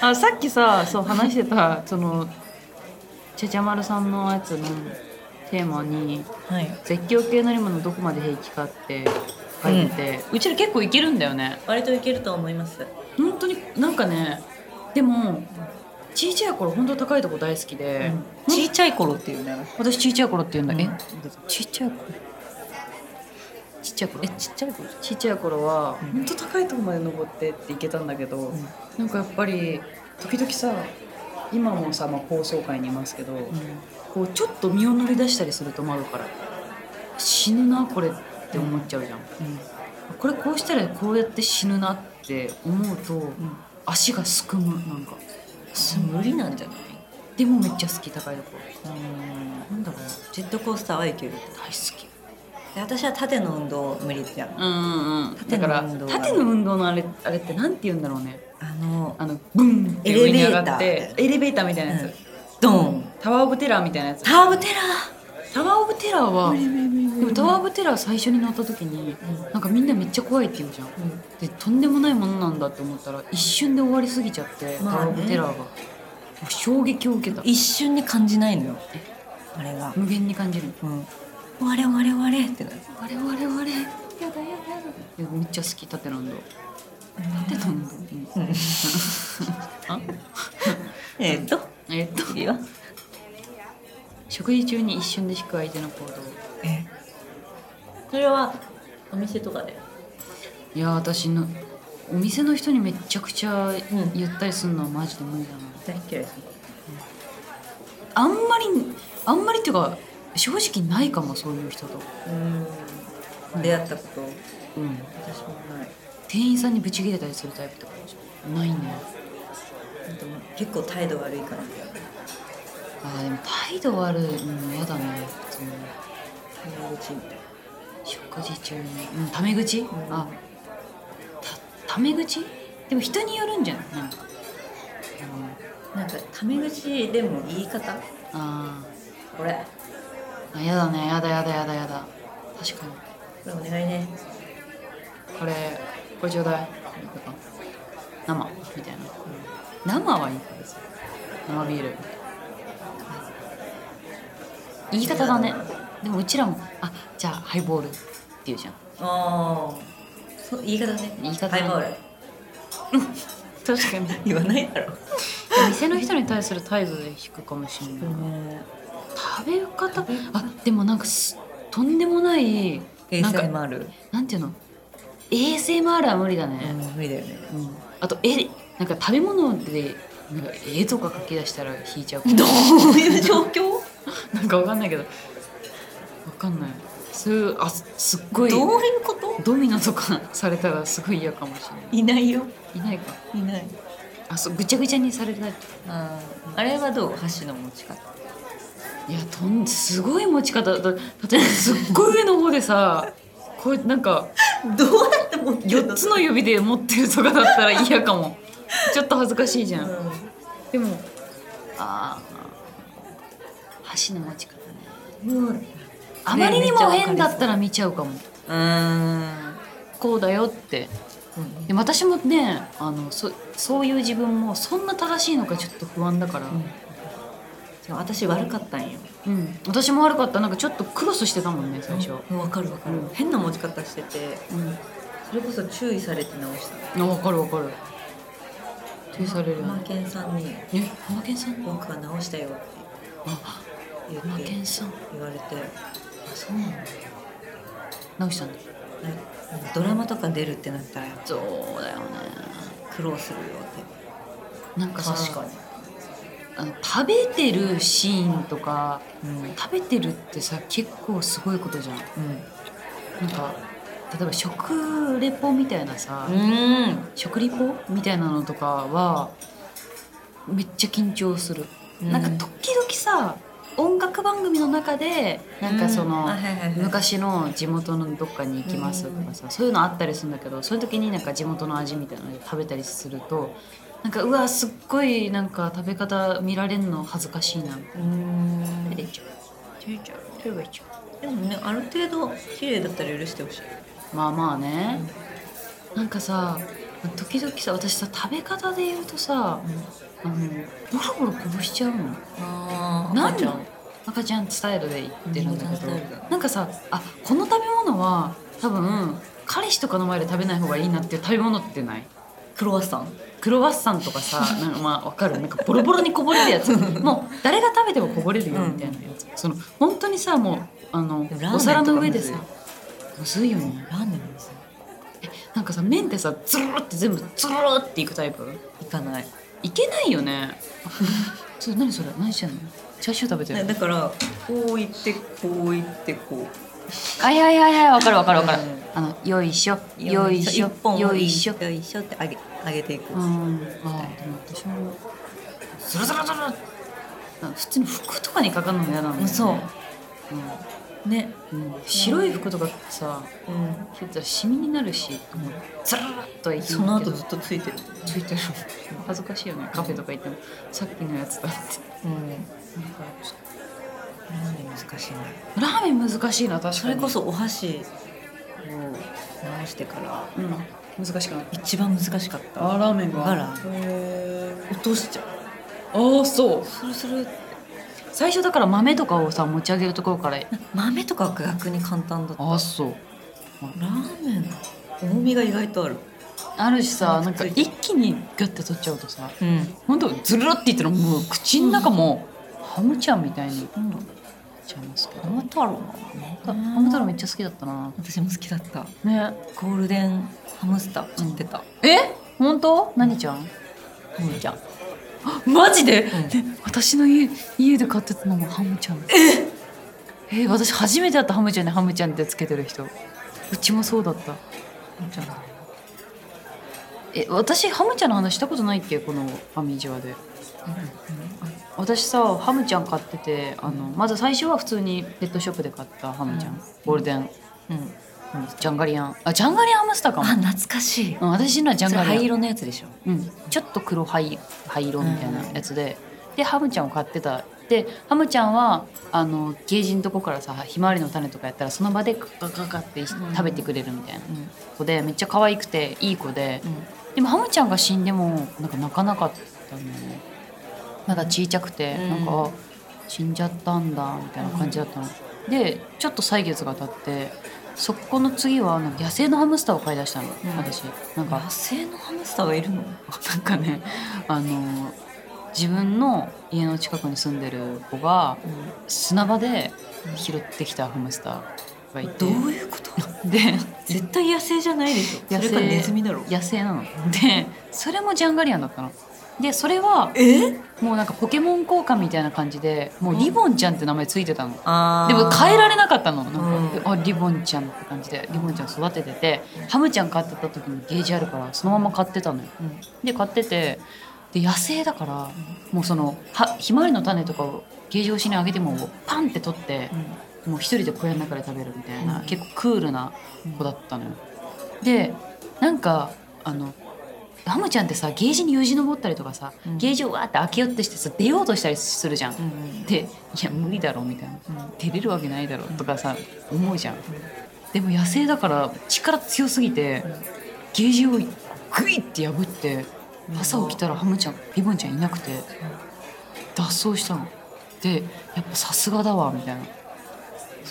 あさっきさそう話してたそのちゃちゃまるさんのやつのテーマにはい絶叫系乗り物どこまで平気かって書いてて、うちら結構いけるんだよね割といけると思います本当になんかねでもちいちゃい頃本当高いとこ大好きで、ほんちいちゃい頃っていうね私ちいちゃい頃って言うんだ、うんえちいちゃい頃ちっちゃい頃えちっちゃい頃ちっちゃい頃はうん本当高いとこまで登ってって行けたんだけど、んなんかやっぱり時々さ今もさ、まあ、高層階にいますけど、こうちょっと身を乗り出したりすると窓から死ぬなこれって思っちゃうじゃん、これこうしたらこうやって死ぬなって思うと、足がすくむなんかす無理なんじゃないでもめっちゃ好き高いとこうんなんだろうジェットコースターはいける大好きで私は縦の運動無理じゃんうんうんうんだ縦かのら運動が縦の運動のあれあれってなんて言うんだろうねあのあのブンって上に上がってエレベータエレベーターみたいなやつ、うんドンタワー・オブ・テラーみたいなやつターブテタワー・オブ・テラーラはーでもタワー・オブ・テラー最初に乗った時にうなんかみんなめっちゃ怖いって言うじゃんんうんでとんでもないものなんだって思ったら一瞬で終わりすぎちゃって、まタワあねー・オブ・テラーがもう衝撃を受けた一瞬に感じないのよあれが無限に感じるうん我我我ってなるあれあれあれやだやだやだめっちゃ好き縦の運動縦の運動、うん あえっとえっと次は食事中に一瞬で引く相手の行動えそれはお店とかでいや私のお店の人にめっちゃくちゃん言ったりするのはマジで無理だな、大嫌いですあんまりあんまりっていうか正直ないかもそういう人と、うん出会ったことうん、私もない店員さんにブチ切れたりするタイプとかないんだよあと結構態度悪いからあーでも態度悪いの嫌だね普通にタメ口みたい食事中に、うん、タメ口、あたタメ口でも人によるんじゃないなんか、ななんかタメ口でも言い方うん、あこれーあ嫌だね嫌だ嫌だ嫌だ嫌だ確かにこれお願いねこれこれちょうだい生みたいな、生はいいです生ビール言い方だねでもうちらも「あじゃあハイボール」って言うじゃんああそう言い方ね言い方ハイボール確かに言わないだろ店の人に対する態度で引くかもしれない、ね食べ方あでもなんかすとんでもない衛なん生かもあるなんていうの ASMR は無理だうんね、無理だよねうんあと絵なんか食べ物でなんか絵とか描き出したら引い ちゃうかもどういう状況なんかわかんないけどわかんないそういうあすすっごいどういうことドミノとかされたらすごい嫌かもしれないいないよいないかいないあそうぐちゃぐちゃにされたりとかああれはどう箸の持ち方いやとんすごい持ち方だ例えばすっごい上の方でさこうなんかどうやって持ってる4つの指で持ってるとかだったら嫌かもちょっと恥ずかしいじゃん、でもああ箸の持ち方ねうんもうあまりにも変だったら見ちゃうかもうーんこうだよってでも私もねあのそそういう自分もそんな正しいのかちょっと不安だから、んそう私悪かったんようん私も悪かったなんかちょっとクロスしてたもんね最初、うんわかるわかるうん変な持ち方しててうんそれこそ注意されて直したあ分かる分かる注意されるよマねーケンさんにえハマケンさん「僕は直したよ」ってあ言っハマケてンさん言われてあそうなのな直したんだドラマとか出るってなったらそうだよね苦労するよってなんかさにあの食べてるシーンとかうんうん食べてるってさ結構すごいことじゃんなんか例えば食レポみたいなさ、うん食リポみたいなのとかはめっちゃ緊張する、うんなんか時々さ音楽番組の中でなんかその、うんあはいはいはい昔の地元のどっかに行きますとかさ、そういうのあったりするんだけどそういう時になんか地元の味みたいなので食べたりするとなんかうわすっごいなんか食べ方見られるの恥ずかしいなみたいなうん食べちゃう食べちゃう食べちゃでもねある程度綺麗だったら許してほしい、うまあまあね、なんかさ時々さ私さ食べ方で言うとさあのボロボロこぼしちゃうのあーなん赤ちゃん赤ちゃんスタイルで言ってるんだけどうん赤ちゃんスタイルだなんかさあこの食べ物は多分彼氏とかの前で食べない方がいいなっていう食べ物ってないクロワッサンクロワッサンとか さなんかまあわかるなんかボロボロにこぼれるやつもう誰が食べてもこぼれるよみたいなやつ、その本当にさもうあのでもラーメンとかお皿の上でさむむずいよねラーメンもさなんかさ麺ってさズルーって全部ズルーっていくタイプいかないいけないよ ねそれ何それ何してんのチャーシュー食べてるだからこういってこういってこあいやいやいやわかるわかるわかるうんあのよいしょうよいしょ一本をよいしょよいしょって上げ上げていく、うんあーでも私もズルズルズルなんか普通に服とかにかかるのも嫌なんだよ、ね、そうね、うん、うん白い服とかさうん、着てたらシミになるしズルッといその後ずっとついてる、ついてる恥ずかしいよねカフェとか行ってもさっきのやつだってうん、なんかちょっとラーメン難しいなラーメン難しいな確かにそれこそお箸を直してからうん難しくなった一番難しかったあーラーメンあらがへー落としちゃうああそうスルスルって最初だから豆とかをさ持ち上げるところから豆とかは逆に簡単だったああそうラーメン重みが意外とあるあるしさなんかくっついて一気にグッて取っちゃうとさうんほんとズルっていってのもう口の中もハムちゃんみたいになっなんだちゃいますけど甘太郎ハム太郎めっちゃ好きだったな私も好きだったねゴールデンハムスター買ってた、え本当何ちゃんハムちゃんマジで、うね私の家家で買ってたのもハムちゃんええ私初めて会ったハムちゃんにハムちゃんってつけてる人うちもそうだったハムちゃんだえ私ハムちゃんの話したことないっけこのファミジワで私さハムちゃん買っててあのまず最初は普通にペットショップで買ったハムちゃん、うんゴールデンうん、ジャンガリアンあジャンガリアンハムスターかもあ懐かしいうん私のはジャンそれガリアン灰色のやつでしょうん、ちょっと黒灰灰色みたいなやつで、でハムちゃんを買ってたでハムちゃんはあのゲージのとこからさひまわりの種とかやったらその場でガガガガってん食べてくれるみたいなうん子でめっちゃ可愛くていい子で、でもハムちゃんが死んでもなんか泣かなかったのよねまだ小ゃくて、うんなんかあ死んじゃったんだみたいな感じだったの、でちょっと歳月が経ってそこの次はなんか野生のハムスターを買い出したの、うん私なんか野生のハムスターがいるのなんかねあの自分の家の近くに住んでる子が砂場で拾ってきたハムスターがいてどういうことで絶対野生じゃないでしょ 野そ生れかネズミだろ野生なのでそれもジャンガリアンだったのでそれはえもうなんかポケモン交換みたいな感じでもうリボンちゃんって名前ついてたのあでも変えられないなかったのなんか、うあリボンちゃんって感じでリボンちゃん育てててハムちゃん飼ってた時にゲージあるからそのまま買ってたのよで買っててで野生だから、もうそのはひまわりの種とかをゲージ越しにあげてもパンって取って、もう一人で小屋の中で食べるみたいな、うん結構クールな子だったのよ。でなんかあのハムちゃんってさゲージによじ登ったりとかさ、うんゲージをわーって開けようとしてさ出ようとしたりするじゃん。で「いや無理だろ」みたいな「出れるわけないだろ」とかさ思うじゃん。でも野生だから力強すぎてゲージをグイって破って朝起きたらハムちゃんリボンちゃんいなくて脱走したの。でやっぱさすがだわみたいな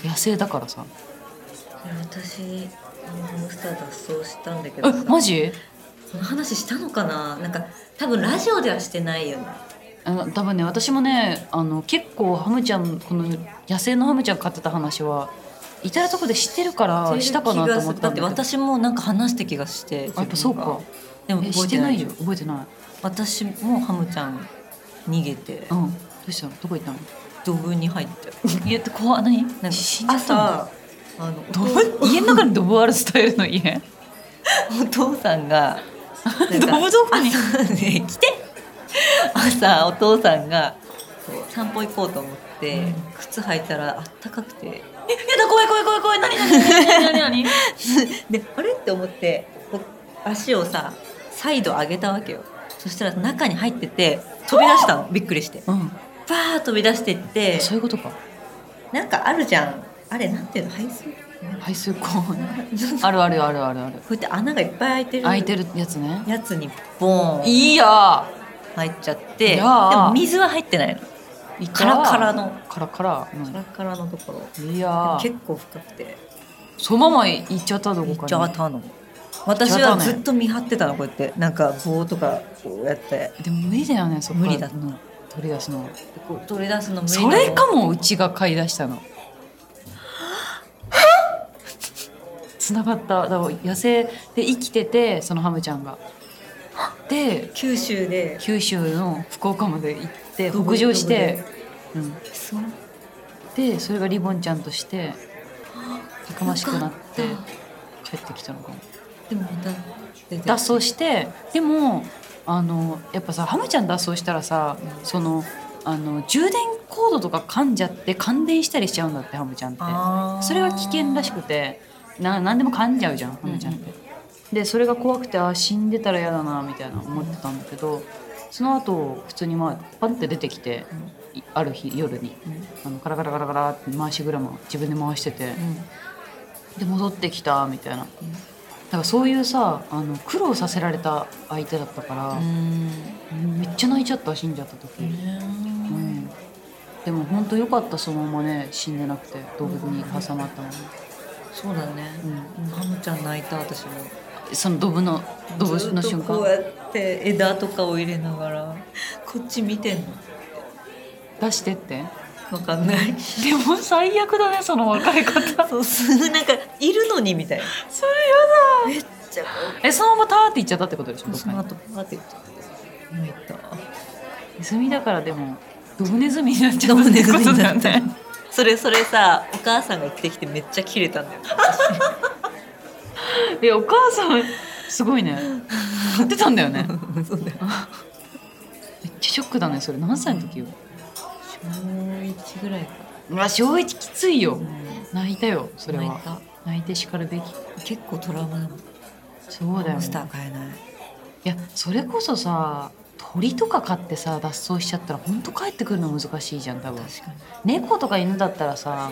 野生だからさ私あのハムスター脱走したんだけえどさマジその話したのかななんか多分ラジオではしてないよねあの多分ね私もねあの結構ハムちゃんこの野生のハムちゃん飼ってた話は至るとこで知ってるからしたかなと思ったんだけどだって私もなんか話した気がしてあやっぱそうかでもえ覚えしててなないいよよ覚えてない私もハムちゃん逃げてうんどうしたのどこ行ったのドブに入って家って怖何なんか死んじゃったの朝あのドブ家の中にドブあるスタイルの 家 お父さんが ドブどこに朝ね来て朝お父さんがこう散歩行こうと思って、靴履いたらあったかくてえやだ怖い怖い怖い怖い何何何何何 であれって思ってこう足をさ再度上げたわけよそしたら中に入ってて飛び出したのびっくりして うんバーッ飛び出してってそういうことかなんかあるじゃんあれなんていうの排水排水口 あるあるあるあるあるこうやって穴がいっぱい開いてる開いてるやつねやつにボーンいいや入っちゃっていでやーも水は入ってないのいたカラカラのカラカラ、カラカラのところうん、いや結構深くてそのまま行っちゃったどこめっかにちゃあたの私はずっと見張ってたのこうやってなんか棒とかこうやってでも無理だよねそこ無理だの取り出すのでこう取り出すの無理なそのれかもうちが買い出したのつながっただから野生で生きててそのハムちゃんがで九州で九州の福岡まで行って北上して、うん、そうでそれがリボンちゃんとしてたくましくなってよかっ帰ってきたのかもでもまた出て脱走してでもあのやっぱさハムちゃん脱走したらさ、そのあの充電コードとか噛んじゃって感電したりしちゃうんだってハムちゃんってあーそれが危険らしくてな何でも噛んじゃうじゃんハムちゃんって、でそれが怖くてあー死んでたら嫌だなみたいな思ってたんだけどその後普通にまあパッて出てきて、いある日夜にうんあのカラカラカラカラって回し車を自分で回してて、うんで戻ってきたみたいな、だからそういうさあの苦労させられた相手だったからう、んめっちゃ泣いちゃった死んじゃった時、うんでも本当よかったそのままね死んでなくて動物に挟まったまそうだねうんハムちゃん泣いた私もまそのドブのドブの瞬ずっとこう間やって枝とかを入れながらこっち見てんの出してってわかんないでも最悪だねその別れ方 そうすなんかいるのにみたいなそれめっちゃえそのままターって行っちゃったってことでしょどっそのか後パーって言っちゃって泣いたにネズミだからでもドブネズミになっちゃドったブっネてズこミとにだなよっちゃったねそれそれさお母さんが来てきてめっちゃキレたんだよ えお母さんすごいね買ってたんだよねそうだよめっちゃショックだねそれ何歳の時よ小一ぐらいかうわ小一きついようん泣いたよそれは泣いた泣いて叱るべき結構トラウマだもんそうだよ、モンねス、ター買えないいやそれこそさ鳥とか飼ってさ脱走しちゃったらほんと帰ってくるの難しいじゃん多分確か猫とか犬だったらさ、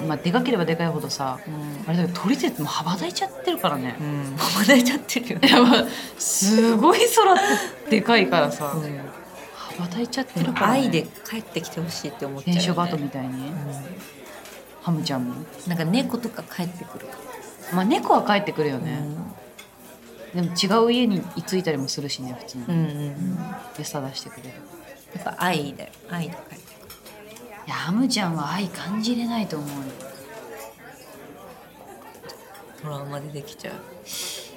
にまあ、でかければでかいほどさうんあれだけど鳥ってもう羽ばたいちゃってるからねう、んまだいちゃってるよねいやまあすごい空ってでかいからさ、うん羽ばたいちゃってるから、ね、愛で帰ってきてほしいって思っちゃう電車バよトねみたいに、うハムちゃんもんなんか猫とか帰ってくるまあ猫は帰ってくるよね、ねでも違う家に居ついたりもするしね普通に、うんうんや餌出してくれるっぱ愛だよ愛で帰ってくるいやハムちゃんは愛感じれないと思うよトラウマでできちゃう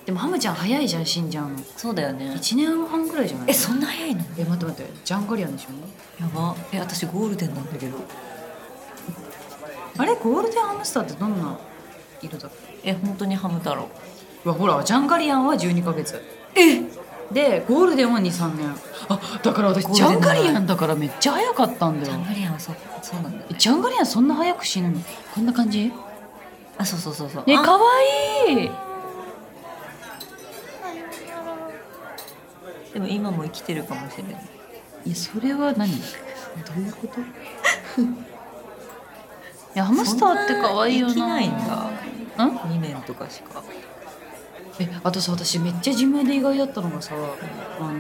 でもハムちゃん早いじゃん死んじゃうのそうだよね1年半ぐらいじゃないえそんな早いのえ待って待ってジャンガリアンでしょやばえ私ゴールデンなんだけどあれゴールデンハムスターってどんな色だっけえ本当にハム太郎うわほらジャンガリアンは12ヶ月えでゴールデンは23年あだから私ゴールジデンはャンガリアンだからめっちゃ早かったんだジよャンガリアンはそうそうなんだ、ねえ、ジャンガリアンそんな早く死ぬのこんな感じあそうそうそうそうねあかわいいでも今も生きてるかもしれないいやそれは何どういうこと いやハムスターって可愛いよなそんな生きないんだうん2年とかしかえあとさ私めっちゃ寿命で意外だったのがさあの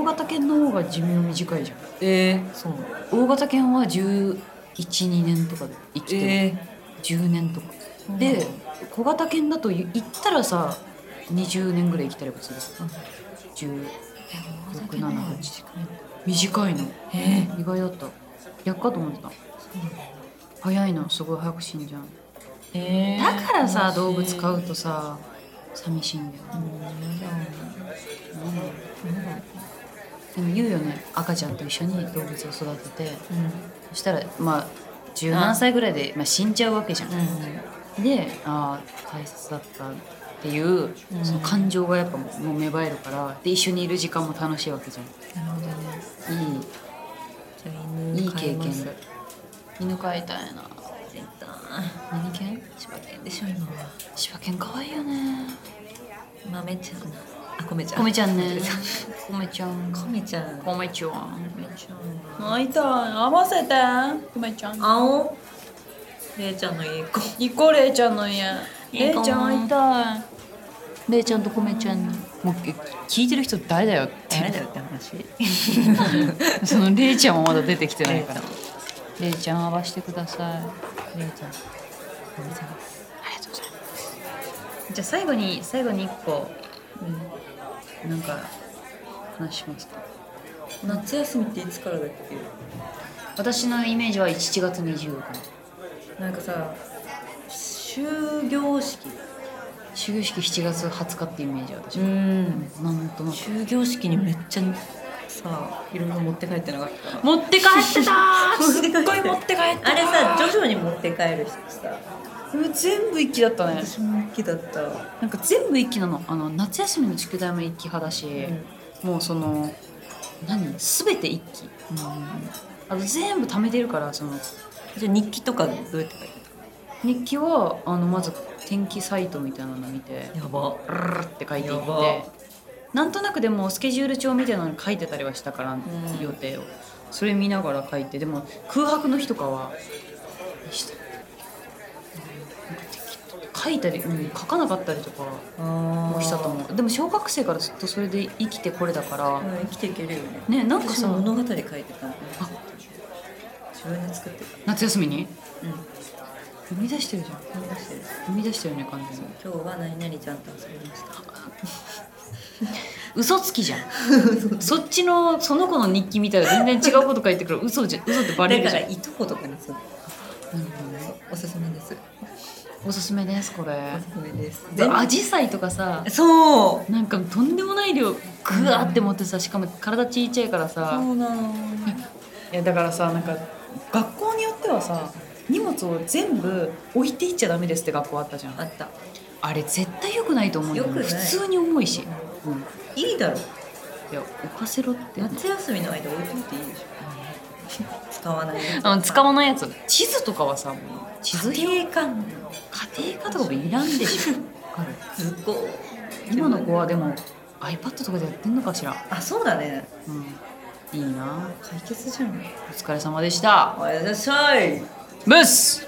大型犬の方が寿命短いじゃんえー、そうなの大型犬は112年とかで生きてる、え10年とかー、で小型犬だと言ったらさ20年ぐらい生きたりとかするうん10え大6型7犬の方が8短いのえー、意外だった逆かと思ってた早いなすごい早く死んじゃうえだからさ動物飼うとさ寂しいんだよね、でも言うよね赤ちゃんと一緒に動物を育ててそしたらまあ十何歳ぐらいで、まあ、死んじゃうわけじゃん、でああ大切だったっていううんその感情がやっぱもう芽生えるからで一緒にいる時間も楽しいわけじゃんいいいい経験犬飼いたいな何犬柴犬でしょ今は柴犬可愛いよね豆ちゃんあ米ちゃんコメちゃん ねコメちゃん米ちゃんコメちゃん米ちゃん会いたい合わせてコメちゃん青姉ちゃんの家行こう行こうレイちゃんの家レイ行こうちゃん会いたいレイちゃんとコメちゃんにもうえ聞いてる人誰だよって誰だよって話 そのレイちゃんはまだ出てきてな姉いちかゃんらレイちゃん会わしてくださいあ姉ちゃんおめでとうございますりがとうございまじゃあ最後に最後に1個、うん、なんかす話しますか夏休みっていつからだっ私のイメージは7月25日けなんかさ終業式終業式7月20日ってイメージ私は、んなんとなく終業式にめっちゃさいろいろ持って帰ってなかった持って帰ってた ーすっごい持って帰ってたあれさ徐々に持って帰る人さうん全部一気だったね私も好きだった、なんか全部一気なのあの夏休みの宿題も一気派だし、もうその何全て一気あの全部貯めてるからそのじゃあ日記とかどうやって書いて日記はあのまず天気サイトみたいなの見てたやばブルルルって書いていっやばてなんとなくでもスケジュール帳みたいなのに書いてたりはしたから、予定をそれ見ながら書いてでも空白の日とかはしたなんか適当書いたり、うん、書かなかったりとかあもしたと思うでも小学生からずっとそれで生きてこれだから、うん生きていけるよねねなんか私さも物語書いてたのあ自分で作ってた夏休みにうん生み出してるじゃん思い出してる生み出してるね完全に今日は何々ちゃんと遊びました嘘つきじゃん そっちのその子の日記見たら全然違うこと書いてくる嘘じゃ嘘ってバレだるかじゃらんいとことかにするなるほどねおすすめですおすすめですこれおすすめですアジサイとかさそうなんかとんでもない量グワーって持ってさしかも体ちいちゃいからそさうなのいやだからさなんか学校によってはさ荷物を全部置いていっちゃダメですって学校あったじゃんあったあれ絶対良くないと思うんだよね良くない普通に重いし、うん、いいいだろや置かせろって夏休みの間置いといていいでしょ使わないやつあの使わないやつ地図とかはさもう地図表家庭観家庭科とかもいらんでしょわかる図工今の子はでも iPad とかでやってんのかしら、あそうだねうん、いいな解決じゃんお疲れ様でしたおやすみなさいムース